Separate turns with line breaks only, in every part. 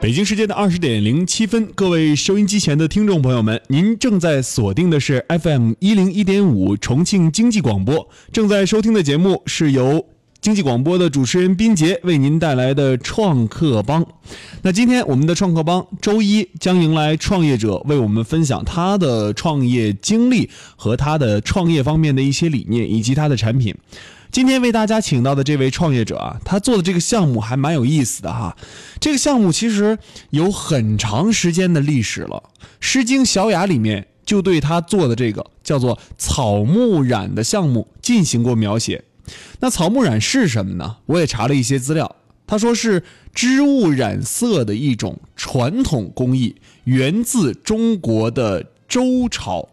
北京时间的二十点零七分，各位收音机前的听众朋友们，您正在锁定的是 FM 一零一点五重庆经济广播，正在收听的节目是由。经济广播的主持人斌杰为您带来的创客帮，那今天我们的创客帮周一将迎来创业者为我们分享他的创业经历和他的创业方面的一些理念以及他的产品。今天为大家请到的这位创业者啊，他做的这个项目还蛮有意思的哈。这个项目其实有很长时间的历史了，《诗经·小雅》里面就对他做的这个叫做草木染的项目进行过描写。那草木染是什么呢？我也查了一些资料，他说是织物染色的一种传统工艺，源自中国的周朝。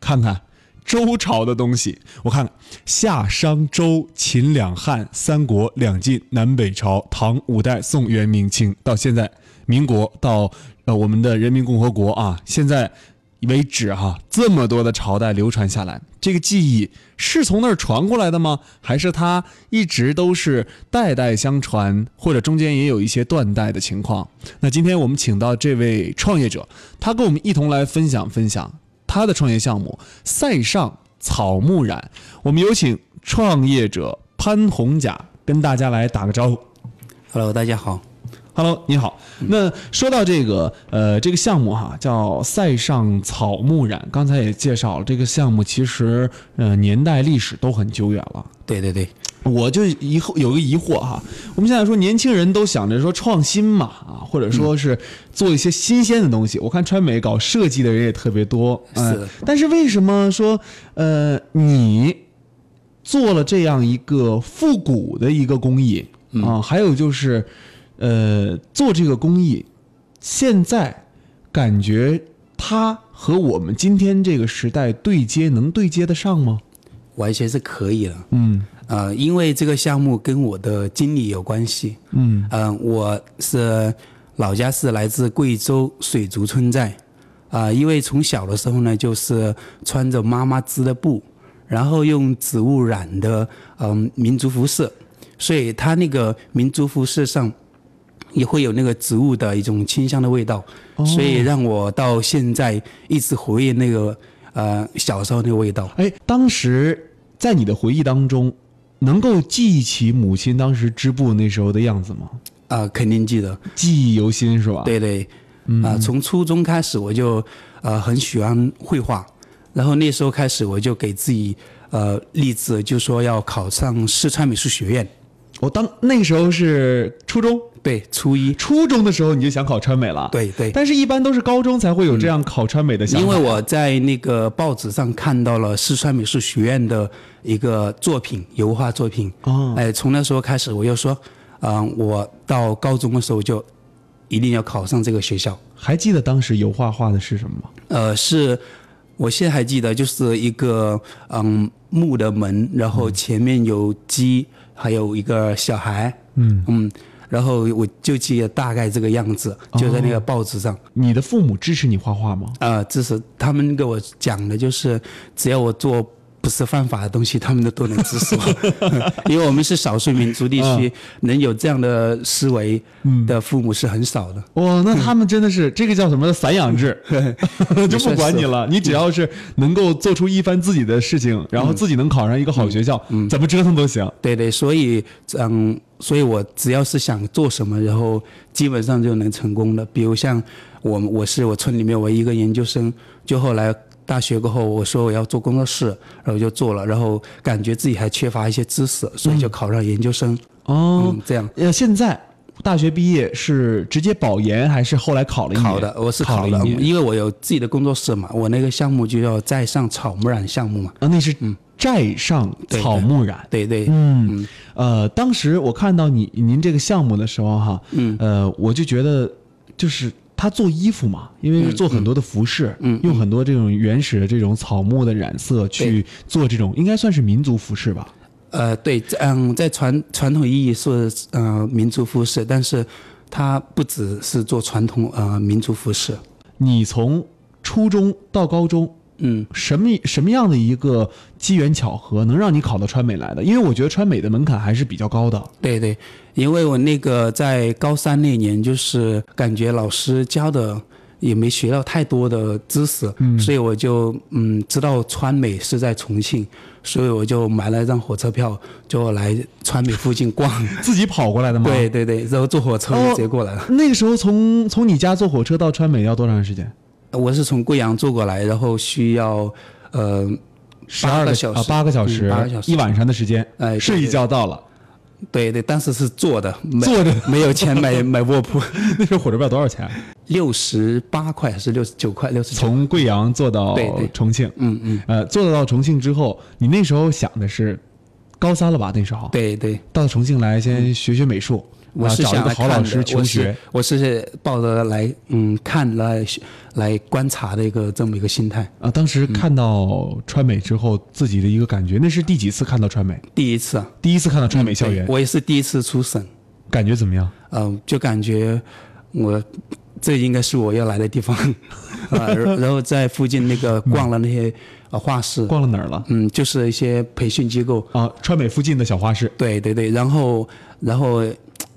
看看周朝的东西，我看看夏、商、周、秦、两汉、三国、两晋、南北朝、唐、五代、宋、元、明清，到现在民国到呃我们的人民共和国啊，现在为止哈、这么多的朝代流传下来，这个技艺是从那儿传过来的吗？还是它一直都是代代相传，或者中间也有一些断代的情况？那今天我们请到这位创业者，他跟我们一同来分享分享他的创业项目“塞上草木染”。我们有请创业者潘红甲跟大家来打个招呼。
Hello，大家好。
Hello，你好。那说到这个呃这个项目哈，叫塞上草木染，刚才也介绍了这个项目，其实呃年代历史都很久远了。
对对对，
我就疑惑有个疑惑哈，我们现在说年轻人都想着说创新嘛啊，或者说是做一些新鲜的东西。我看川美搞设计的人也特别多，嗯、
是
但是为什么说呃你做了这样一个复古的一个工艺啊？还有就是呃做这个工艺，现在感觉它和我们今天这个时代对接能对接得上吗？
完全是可以的。
嗯
呃，因为这个项目跟我的经历有关系。
嗯
嗯、我是老家是来自贵州水族村寨。啊、因为从小的时候呢，就是穿着妈妈织的布，然后用植物染的嗯、民族服饰，所以它那个民族服饰上也会有那个植物的一种清香的味道，所以让我到现在一直回忆那个呃小时候那个味道。
哎，当时在你的回忆当中，能够记忆起母亲当时织布那时候的样子吗？
啊、肯定记得。
记忆犹新是吧？，
对对，啊、从初中开始我就呃很喜欢绘画，然后那时候开始我就给自己呃立志，就说要考上四川美术学院。
我当那时候是初中，
对，初一，
初中的时候你就想考川美了。，
对啊对，
但是一般都是高中才会有这样考川美的想法。
因为我在那个报纸上看到了四川美术学院的一个作品，油画作品。
哦，
哎，从那时候开始我就说，嗯、我到高中的时候就一定要考上这个学校。
还记得当时油画画的是什么吗？
呃，是我现在还记得，就是一个嗯木的门，然后前面有鸡，还有一个小孩，
嗯
嗯，然后我就记得大概这个样子，就在那个报纸上。
你的父母支持你画画吗？
啊，这是他们给我讲的，就是只要我做不是犯法的东西，他们都都能支持我， 因为我们是少数民族地区，能有这样的思维的父母是很少的。
哇、哦那他们真的是、 这个叫什么散养制， 就不管你了。你只要是能够做出一番自己的事情，
嗯
然后自己能考上一个好学校，怎么折腾都行。
对对，所以嗯，所以我只要是想做什么，然后基本上就能成功的。比如像我，我是我村里面唯一一个研究生，就后来大学过后，我说我要做工作室，然后就做了，然后感觉自己还缺乏一些知识，所以就考上研究生。
哦，
嗯，这样
呃，现在大学毕业是直接保研，还是后来考了一年？
考的，我是
考
考
了
了，
一年
因为我有自己的工作室嘛，我那个项目就叫再上草木染项目嘛。
啊，那是寨上
对
草木染。
对嗯对，
嗯，呃，当时我看到你您这个项目的时候，哈，嗯，呃，我就觉得就是。他做衣服嘛，因为是做很多的服饰，嗯，用很多这种原始的这种草木的染色去做这种，应该算是民族服饰吧？
呃，对，在嗯，在传传统意义是呃民族服饰，但是它不只是做传统呃民族服饰。
你从初中到高中
嗯，
什么什么样的一个机缘巧合能让你考到川美来的？因为我觉得川美的门槛还是比较高的。
对对，因为我那个在高三那年，就是感觉老师教的也没学到太多的知识，所以我就嗯知道川美是在重庆，所以我就买了一张火车票，就来川美附近逛。
自己跑过来的吗？
对。对对，然后坐火车
哦
直接过来了。
那个时候从从你家坐火车到川美要多长时间？
我是从贵阳坐过来，然后需要呃
十
八
二
个小时
啊，八个小时，
嗯八个小时
一晚上的时间，
哎对
睡一觉到了。
对对，当时是坐的，没
坐着
没有钱买买卧铺，
那时候火车票多少钱 啊？
六十八块还是六十九块？六十九。
从贵阳坐到
对对
重庆，
嗯嗯，
呃，坐到重庆之后，你那时候想的是高三了吧？那时候
对对。
到重庆来先学学美术，
我
啊
是
找一
想
个
来
好
看的，
老师求学。
我是我是抱着来嗯看来来观察的一个这么一个心态。
啊，当
嗯
时看到川美之后，自己的一个感觉，那是第几次看到川美？
第一次啊，
第一次看到川美校园，
我也是第一次出省，
感觉怎么样？
嗯、就感觉我这应该是我要来的地方 啊、然然后在附近那个逛了那些呃画室，
逛了哪儿了？
嗯，就是一些培训机构，
啊，川美附近的小花市，
对对对，然后然后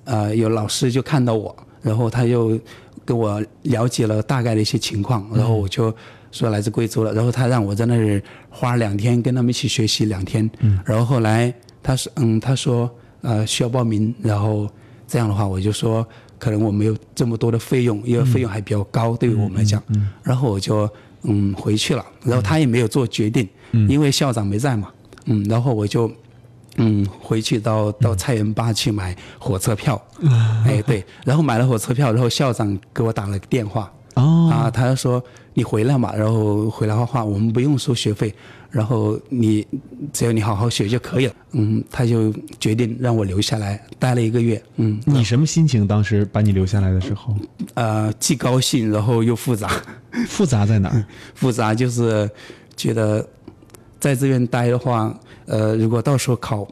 呃有老师就看到我，然后他又跟我了解了大概的一些情况，然后我就说来自贵州了，然后他让我在那儿花两天跟他们一起学习两天，然后后来他说嗯他说呃需要报名，然后这样的话我就说可能我没有这么多的费用，因为费用还比较高对于我们来讲，然后我就嗯回去了，然后他也没有做决定，因为校长没在嘛，嗯，然后我就。嗯，回去到到菜园坝去买火车票，哎对，然后买了火车票，然后校长给我打了个电话，
哦
啊，他就说你回来嘛，然后回来的话我们不用收学费，然后你只要你好好学就可以了，嗯，他就决定让我留下来待了一个月，嗯，
你什么心情？当时把你留下来的时候，
呃，既高兴然后又复杂，
复杂在哪
嗯
儿？
复杂就是觉得在这边待的话，呃，如果到时候考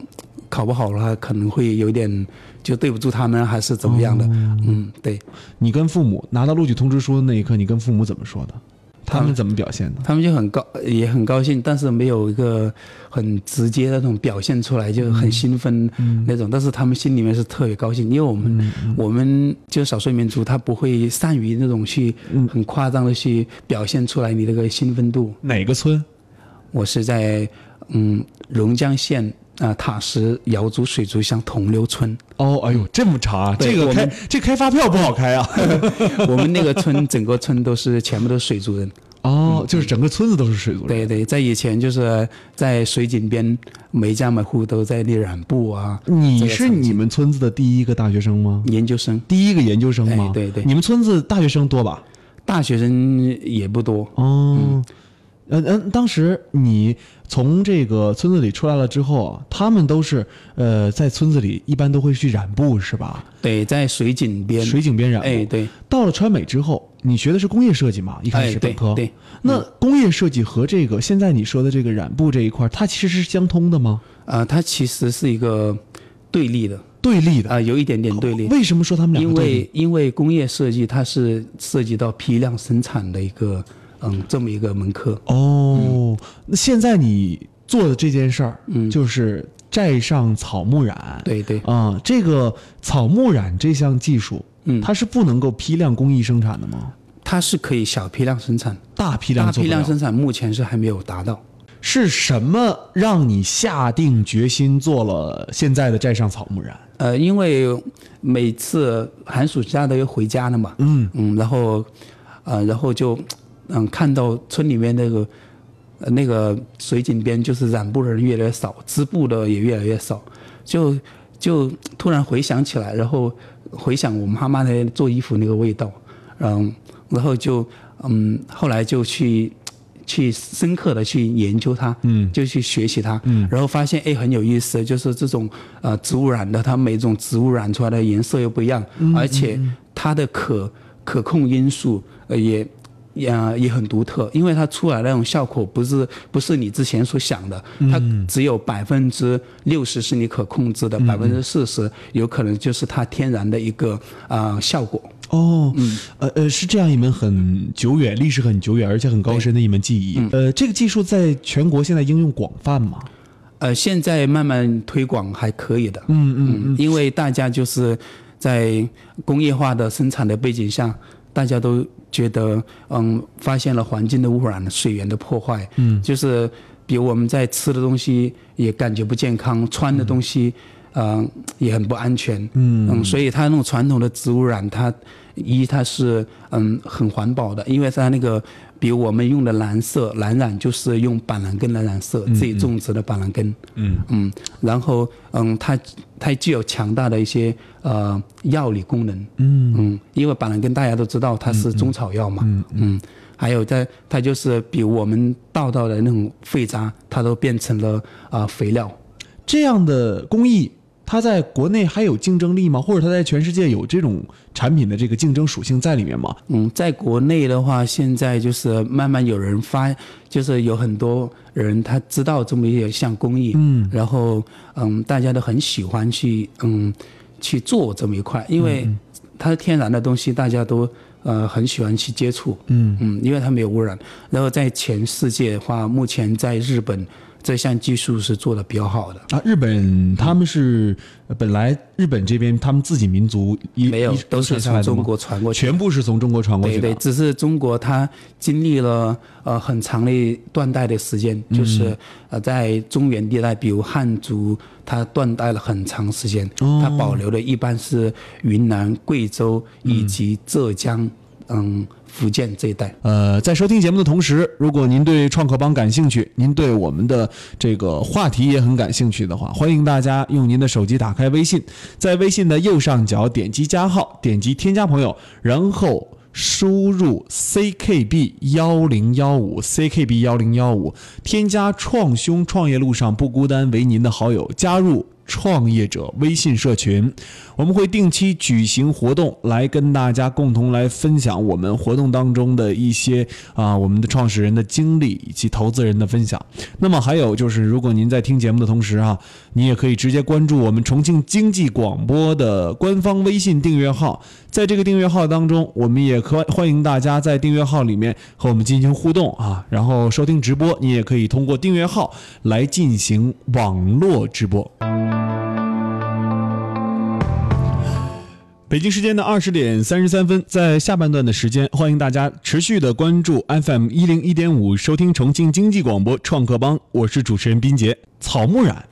考不好的话，可能会有点就对不住他们，啊还是怎么样的。嗯，对
你跟父母拿到录取通知书的那一刻，你跟父母怎么说的？他们怎么表现的？
他们就很高，也很高兴，但是没有一个很直接的那种表现出来，就很兴奋那种。但是他们心里面是特别高兴，因为我们、我们就少数民族，他不会善于那种去很夸张的去表现出来你那个兴奋度。
哪个村？
我是在嗯榕江县啊、呃塔什瑶族水族乡同流 村，
哦，哎呦，这么长啊！
对
这个
我
开
们嗯
这开发票不好 开啊！
我们那个村整个村都是全部都是水族人。
哦，就是整个村子都是水族人。
对对，在以前就是在水井边，每家每户都在那染布啊。
你
这个
是
场
你们村子的第一个大学生吗？
研究生，
第一个研究生吗？
哎对对
你们村子大学生多吧？
大学生也不多。
哦，嗯嗯，当时你从这个村子里出来了之后啊，他们都是呃，在村子里一般都会去染布是吧？
对，在水井边。
水井啊边染布。
哎，对，
到了川美之后，你学的是工业设计嘛？一开
哎
始
对
本科。
对。嗯
那工业设计和这个现在你说的这个染布这一块儿，它其实是相通的吗？
呃，它其实是一个对立的，
对立的。
啊、有一点点对立。
为什么说他们两
因
个对立？
为因为工业设计它是涉及到批量生产的一个嗯这么一个门课，
哦，那现在你做的这件事儿，嗯，就是寨上草木染，
对对，
啊、这个草木染这项技术，
嗯
它是不能够批量工艺生产的吗？
它是可以小批量生产，
大批量
大
做
批
不
量
了。
生产目前是还没有达到。
是什么让你下定决心做了现在的寨上草木染？
呃，因为每次寒暑假都要回家的嘛，
嗯
嗯，然后，呃，然后就，嗯，看到村里面那个，呃，那个水井边就是染布的人越来越少，织布的也越来越少，就就突然回想起来，然后回想我妈妈那做衣服那个味道，嗯，然后就，嗯，后来就去。去深刻的去研究它，嗯，就去学习它，嗯，然后发现哎很有意思，就是这种呃植物染的，它每种植物染出来嗯的颜色又不一样，而且它的可可控因素呃也也、也很独特，因为它出来那种效果不是不是你之前所想的，它只有百分之六十是你可控制的，百分之四十有可能就是它天然的一个啊、呃效果。
哦，
嗯
呃呃，是这样一门很久远、历史很久远，而且很高深的一门技艺。
嗯
呃，这个技术在全国现在应用广泛吗？
呃，现在慢慢推广还可以的，嗯嗯嗯，因为大家就是在工业化的生产的背景下，大家都觉得，嗯，发现了环境的污染、水源的破坏，嗯，就是比如我们在吃的东西也感觉不健康，穿的东西，嗯、也很不安全，嗯所以它那种传统的植物染，它一它是嗯很环保的，因为它那个。比如我们用的蓝色蓝染，就是用板蓝根来染色，自己种植的板蓝根。嗯嗯，然后嗯，它它具有强大的一些呃药理功能。嗯嗯，因为板蓝根大家都知道它是中草药嘛。嗯嗯，还有在它就是比我们倒到的那种废渣，它都变成了啊、呃肥料。
这样的工艺，它在国内还有竞争力吗？或者它在全世界有这种产品的这个竞争属性在里面吗？
嗯，在国内的话，现在就是慢慢有人发，就是有很多人他知道这么一些项工艺，嗯，然后嗯，大家都很喜欢去嗯去做这么一块，因
嗯
为它是天然的东西，大家都呃很喜欢去接触，嗯嗯，因为它没有污染。然后在全世界的话，目前在日本这项技术是做的比较好的，
啊，日本他们是呃本来日本这边他们自己民族一
没有
一
都
一
是
传下来
从
的吗
中国传过去的。
全部是从中国传过去
对
的。
对，只是中国它经历了呃很长的一断代的时间，就是呃在中原地带，比如汉族，它断代了很长时间，它保留的一般是云南、贵州以及浙江、嗯福建这一带。
呃，在收听节目的同时，如果您对创客帮感兴趣，您对我们的这个话题也很感兴趣的话，欢迎大家用您的手机打开微信，在微信的右上角点击加号，点击添加朋友，然后输入 ckb 幺零幺五 ckb 幺零幺五，添加“创兄创业路上不孤单”为您的好友，加入。创业者微信社群，我们会定期举行活动，来跟大家共同来分享我们活动当中的一些啊，我们的创始人的经历以及投资人的分享。那么还有就是，如果您在听节目的同时啊，你也可以直接关注我们重庆经济广播的官方微信订阅号，在这个订阅号当中，我们也可欢迎大家在订阅号里面和我们进行互动啊，然后收听直播，你也可以通过订阅号来进行网络直播。北京时间的二十点三十三分，在下半段的时间，欢迎大家持续的关注 FM 一零一点五，收听重庆经济广播创客帮，我是主持人斌杰。草木染，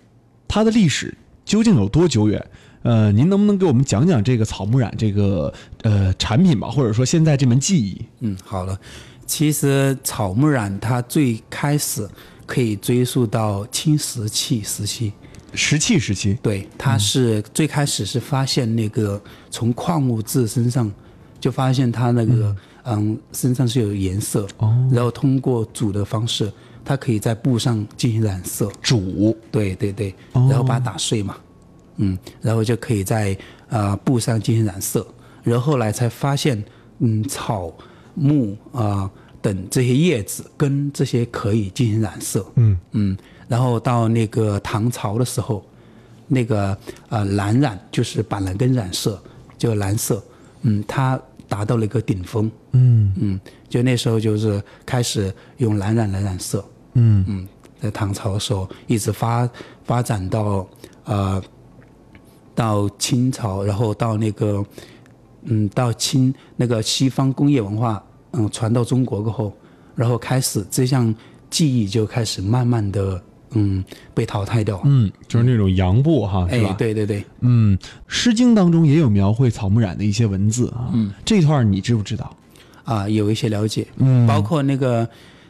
它的历史究竟有多久远？呃，您能不能给我们讲讲这个草木染这个呃产品吧，或者说现在这门技艺？
嗯，好了。其实草木染它最开始可以追溯到清石器时期，
石器时期，
对，它是最开始是发现那个从矿物质身上就发现它那个嗯身上是有颜色，然后通过煮的方式，它可以在布上进行染色，
煮
对对对，然后把它打碎嘛，嗯，然后就可以在呃布上进行染色，然后后来才发现，嗯，草木啊、呃等这些叶子根这些可以进行染色，嗯嗯，然后到那个唐朝的时候，那个呃蓝染就是板蓝根染色，就蓝色，嗯，它达到了一个顶峰，嗯嗯，就那时候就是开始用蓝染来染色，嗯嗯，在唐朝的时候一直发发展到呃到清朝，然后到那个嗯到清那个西方工业文化嗯传到中国过后，然后开始这项技艺就开始慢慢的嗯被淘汰掉，
嗯，就是那种洋布哈，
哎对对对，
嗯，《诗经》当中也有描绘草木染的一些文字啊，嗯，这段你知不知道？
啊、有一些了解，嗯，包括那个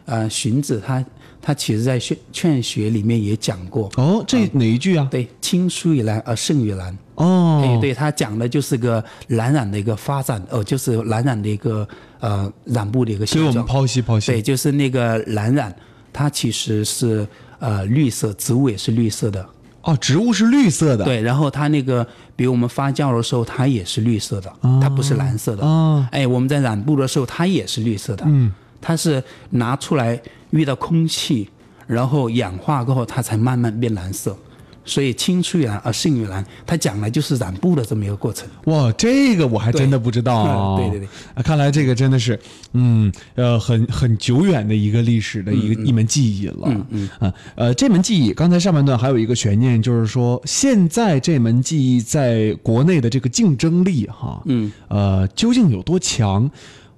呃荀子他他其实在劝劝学里面也讲过，
哦，这哪一句啊？
对青出于蓝而胜呃于蓝。
哦，
哎，对，它讲的就是个蓝染的一个发展，呃，就是蓝染的一个呃染布的一个
所以我
形
们
状。
剖析剖析。
对，就是那个蓝染，它其实是呃绿色，植物也是绿色的。
哦，植物是绿色的。，
对，然后它那个，比如我们发酵的时候，它
啊
也是绿色的，它不是蓝色的。哎，我们在染布的时候，它也是绿色的。嗯，它是拿出来遇到空气，然后氧化过后，它才慢慢变蓝色。所以青出于蓝而胜于蓝，它讲的就是染布的这么一个过程。
哇，这个我还真的不知道啊！
对对对
啊，看来这个真的是，嗯，呃，很很久远的一个历史的一个、一门技艺了。嗯嗯啊，呃，这门技艺，刚才上半段还有一个悬念，就是说现在这门技艺在国内的这个竞争力，哈，嗯，呃，究竟有多强？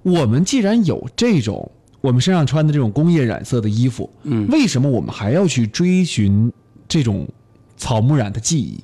我们既然有这种我们身上穿的这种工业染色的衣服，嗯，为什么我们还要去追寻这种草木染的技艺？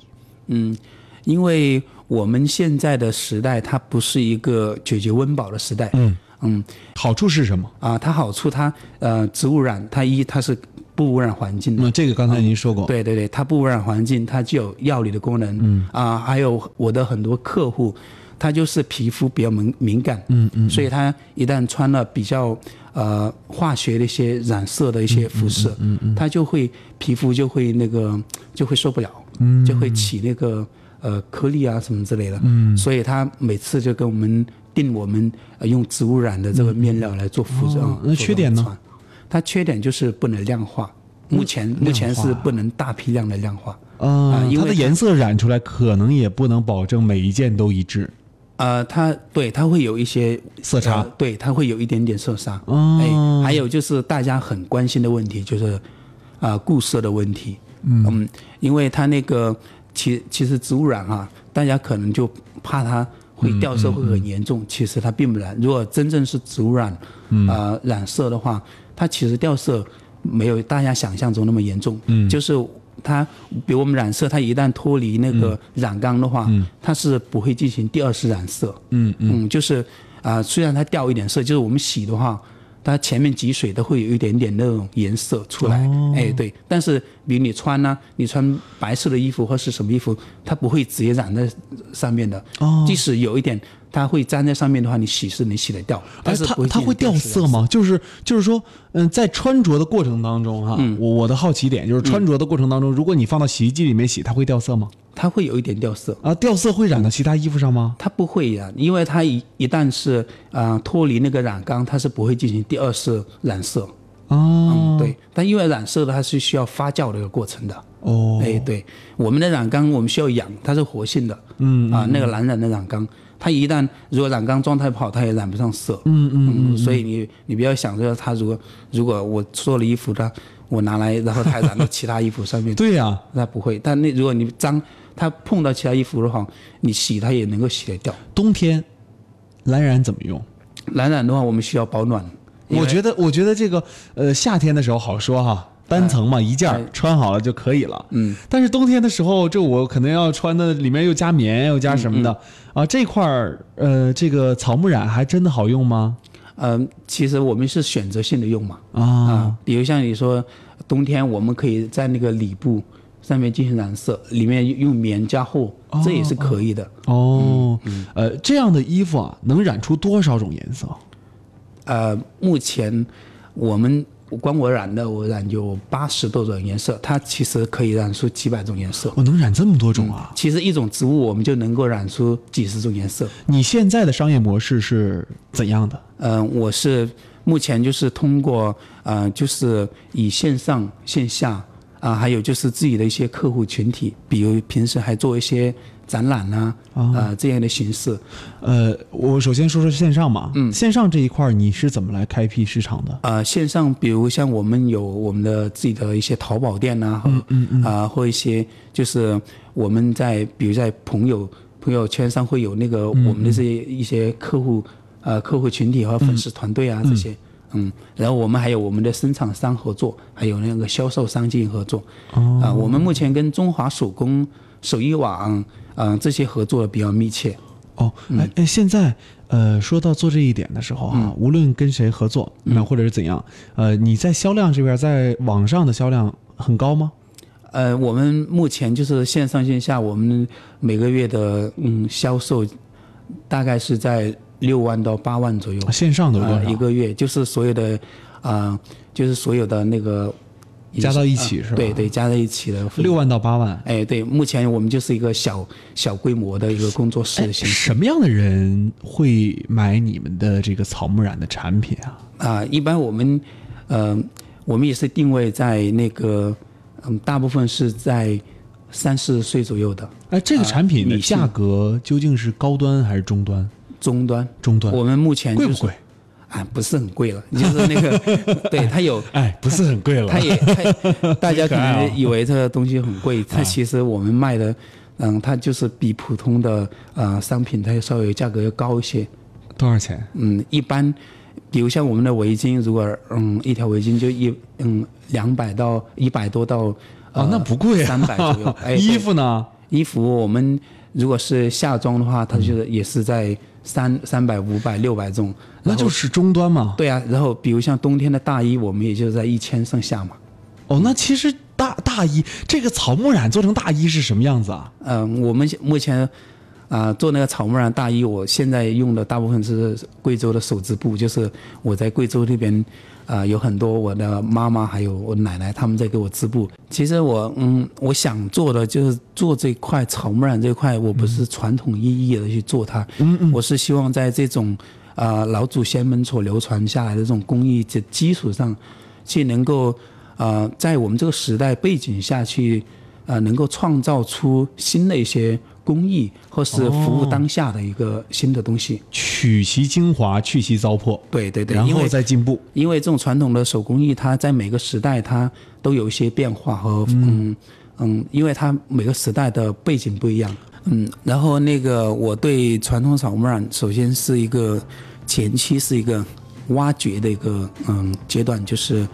嗯，因为我们现在的时代，它不是一个解决温饱的时代。嗯嗯
好处是什么？
啊、它好处它呃，植物染它一它是不污染环境的。
那这个刚才您说过，
对对对，它不污染环境，它具有药理的功能。嗯啊、还有我的很多客户，他就是皮肤比较敏敏感，嗯嗯，所以他一旦穿了比较呃化学的一些染色的一些服饰，嗯嗯，他就会皮肤就会那个就会受不了，嗯，就会起那个呃颗粒啊什么之类的，嗯，所以他每次就跟我们定我们、呃用植物染的这个面料来做服装、
哦那
做
缺点呢
穿？它缺点就是不能量化，
嗯
目前目前是不能大批量的量化。
啊、
啊因为
它的
它
颜色染出来可能也不能保证每一件都一致。
呃，它对它会有一些
色差
呃对它会有一点点色差。
哦
哎，还有就是大家很关心的问题就是，啊、固色的问题。嗯因为它那个其其实植物染啊，大家可能就怕它会掉色会很严重，其实它并不然。如果真正是植物染，呃，染色的话，它其实掉色没有大家想象中那么严重。嗯，就是。它比我们染色，它一旦脱离那个染缸的话，它是不会进行第二次染色。嗯嗯就是啊、虽然它掉一点色，就是我们洗的话，它前面挤水都会有一点点那种颜色出来。
哦
哎，对，但是比如你穿呢、你穿白色的衣服或是什么衣服，它不会直接染在上面的。哦，即使有一点它会粘在上面的话，你洗是能洗得掉，
哎，
但是
它
不会
它
进行
会掉
第二次染
色吗？就是就是说，嗯，在穿着的过程当中哈，
嗯
我我的好奇点就是穿着的过程当中，如果你放到洗衣机里面洗，它会掉色吗？
它会有一点掉色。
啊，掉色会染到其他衣服上吗？
它不会染，因为它一一旦是呃脱离那个染缸，它是不会进行第二次染色。
啊，
嗯，对。但因为染色的它是需要发酵的一个过程的。
哦，
哎，对，我们的染缸我们需要氧，它是活性的。嗯啊、那个蓝染的染缸，它一旦如果染缸状态不好，它也染不上色。嗯嗯所以你你不要想着它如果如果我做了衣服它我拿来然后它还染到其他衣服上面，
对呀、
那不会。但那如果你脏，它碰到其他衣服的话，你洗它也能够洗得掉。
冬天蓝染怎么用？
蓝染的话，我们需要保暖。
我觉得，我觉得这个，呃，夏天的时候好说哈，单层嘛，一件儿穿好了就可以了。哎嗯，但是冬天的时候，这我可能要穿的里面又加棉，又加什么的啊，这块儿，呃，这个草木染还真的好用吗？
嗯、其实我们是选择性的用嘛。
啊，
啊，比如像你说，冬天我们可以在那个里布上面进行染色，里面用棉加厚，这也是可以的。
哦，呃，这样的衣服啊，能染出多少种颜色？
呃，目前我们光我染的，我染有八十多种颜色，它其实可以染出几百种颜色。
我、哦能染这么多种啊！
其实一种植物我们就能够染出几十种颜色。
你现在的商业模式是怎样的？
呃，我是目前就是通过呃，就是以线上线下啊、还有就是自己的一些客户群体，比如平时还做一些展览呐、啊，呃这样的形式。
呃，我首先说说线上嘛，嗯，线上这一块儿你是怎么来开辟市场的？
呃，线上比如像我们有我们的自己的一些淘宝店呐、和啊、或一些就是我们在比如在朋友朋友圈上会有那个我们的这些一些客户呃客户群体和粉丝团队啊、这些。嗯，然后我们还有我们的生产商合作，还有那个销售商进行合作。哦，啊、我们目前跟中华手工、手艺网，嗯、这些合作的比较密切。
哦，
嗯
哎哎，现在呃，说到做这一点的时候啊，无论跟谁合作，
嗯
那或者是怎样，呃，你在销量这边，在网上的销量很高吗？
呃，我们目前就是线上线下，我们每个月的嗯销售大概是在六万到八万左右，
线上的有多啊
呃、
少？
一个月就是所有的啊、呃就是所有的那个啊
加到一起是吧
对对，加在一起的
六。万到八万。
哎，对，目前我们就是一个小小规模的一个工作
哎
室的形式。
什么样的人会买你们的这个草木染的产品啊？
啊、一般我们呃，我们也是定位在那个嗯，大部分是在三四岁左右的
哎，这个产品的
呃女性
价格究竟是高端还是中端？
终端。
中端
我们目前、就
贵
是、
不贵？
啊，不是很贵了， 就是那个，对它有，
哎，不是很贵了
它。也，它大家
真
可
可爱哦
能以为这个东西很贵，
啊
它其实我们卖的，嗯，它就是比普通的呃商品，它稍微价格要高一些，
多少钱？
嗯，一般，比如像我们的围巾，如果嗯一条围巾就一嗯两百到一百多到呃
哦，那不贵啊。，
三百左右哎，
衣
对
服呢？
衣服我们如果是夏装的话，
嗯
它就是也是在三三百五百六百这种，
那就是中端嘛。
对啊，然后比如像冬天的大衣，我们也就在一千上下嘛。
哦，那其实大大衣这个草木染做成大衣是什么样子啊？
嗯、我们现目前啊、做那个草木染大衣，我现在用的大部分是贵州的手织布，就是我在贵州那边啊、有很多我的妈妈还有我奶奶他们在给我织布。其实我嗯，我想做的就是做这块草木染这块，我不是传统意义的去做它，嗯嗯，我是希望在这种啊、老祖先们所流传下来的这种工艺的基础上，去能够呃，在我们这个时代背景下去，呃，能够创造出新的一些工艺，或是服务
哦
当下的一个新的东西。
取其精华，去其糟粕，
对对对，
然
因
后
为
再进步。
因为这种传统的手工艺，它在每个时代它都有一些变化和嗯嗯，因为它每个时代的背景不一样。嗯，然后那个我对传统草木染，首先是一个前期是一个挖掘的一个嗯阶段，就是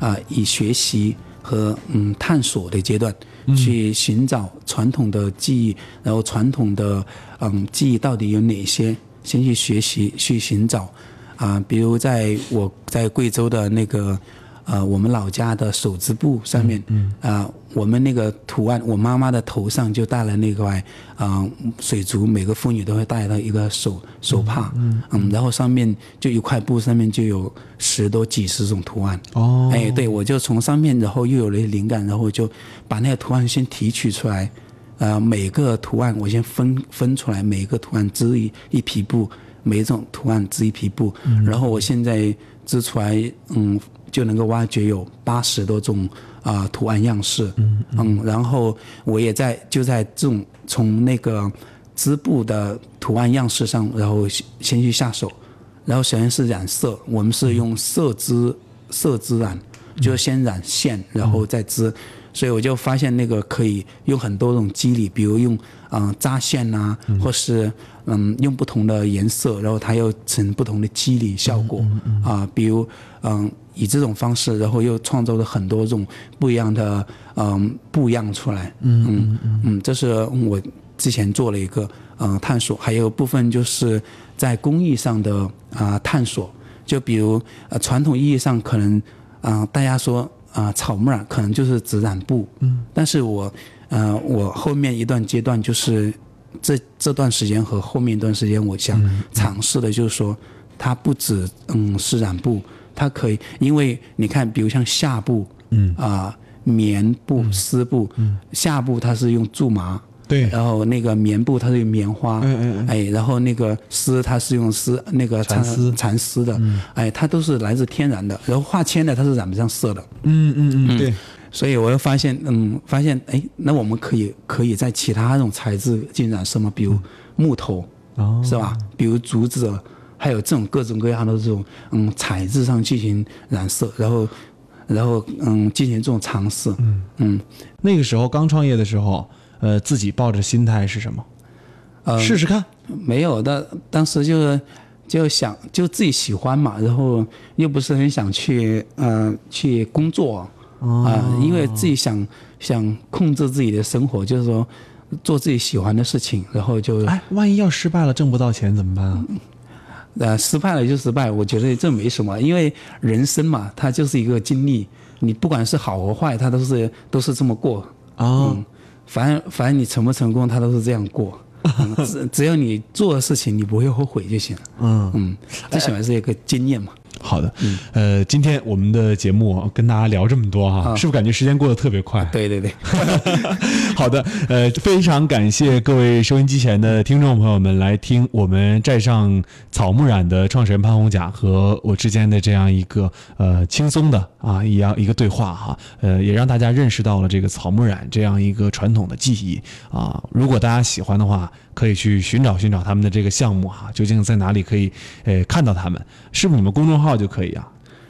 啊、以学习和嗯探索的阶段，去寻找传统的技艺，然后传统的嗯技艺到底有哪些，先去学习去寻找。啊，比如在我在贵州的那个呃我们老家的手织布上面，嗯啊、我们那个图案，我妈妈的头上就戴了那块啊、水族，每个妇女都会戴到一个手手帕，嗯然后上面就一块布，上面就有十多几十种图案。
哦，
哎，对，我就从上面，然后又有了灵感，然后我就把那个图案先提取出来，呃，每个图案我先分分出来，每一个图案织一一匹布，每一种图案织一匹布，然后我现在织出来，嗯，就能够挖掘有八十多种啊、图案样式，嗯然后我也在就在这种从那个织布的图案样式上，然后先先去下手。然后首先是染色，我们是用色织色织染，就是先染线，然后再织。所以我就发现那个可以用很多种机理，比如用嗯、呃扎线呐、或是嗯用不同的颜色，然后它又成不同的肌理效果啊、比如嗯、以这种方式，然后又创造了很多种不一样的嗯、布样出来，嗯嗯嗯，这是我之前做了一个呃探索，还有部分就是在工艺上的啊、探索，就比如呃传统意义上可能啊、大家说啊、草木染可能就是只染布，嗯，但是我呃我后面一段阶段就是这这段时间和后面一段时间，我想尝试的就是说，它不止嗯是染布，它可以，因为你看，比如像夏布，嗯啊、棉布、丝布，夏布它是用苎麻。
对，
然后那个棉布它是用棉花，
嗯
哎，然后那个丝它是用丝那个
蚕丝嗯
蚕丝的，哎，它都是来自天然的。然后化纤的它是染不上色的，
嗯嗯嗯，对，
所以我又发现，嗯，发现哎，那我们可以可以在其他那种材质进染色吗？比如木头，
哦
是吧？比如竹子，还有这种各种各样的这种嗯材质上进行染色，然后然后嗯进行这种尝试，嗯嗯
那个时候刚创业的时候，呃，自己抱着心态是什么？
呃
试试看。
没有，但当时就是就想就自己喜欢嘛，然后又不是很想去呃去工作啊、因为自己想想控制自己的生活，就是说做自己喜欢的事情，然后就
哎，万一要失败了，挣不到钱怎么办啊？
呃失败了就失败，我觉得这没什么，因为人生嘛，它就是一个经历，你不管是好和坏，它都是都是这么过，
哦，
嗯，反正反正你成不成功，他都是这样过。嗯只只要你做的事情你不会后悔就行了。
嗯
嗯，最起码是一个经验嘛。
好好的，呃，今天我们的节目啊跟大家聊这么多哈、
啊
是不是感觉时间过得特别快？
对对对，
好的，呃，非常感谢各位收音机前的听众朋友们来听我们站上草木染的创始人潘红甲和我之间的这样一个呃轻松的啊一样一个对话哈、呃，也让大家认识到了这个草木染这样一个传统的技艺啊。如果大家喜欢的话，可以去寻找寻找他们的这个项目哈、究竟在哪里可以呃看到他们？是不是你们公众号就可以啊？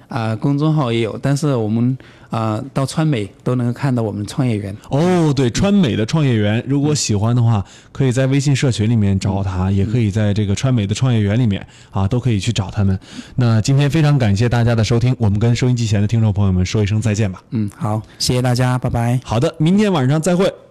啊、公众号也有，但是我们啊、到川美都能够看到我们创业园。
哦，对，川美的创业园，如果喜欢的话，可以在微信社群里面找他，也可以在这个川美的创业园里面啊，都可以去找他们。那今天非常感谢大家的收听，我们跟收音机前的听众朋友们说一声再见吧。
嗯，好，谢谢大家，拜拜。
好的，明天晚上再会。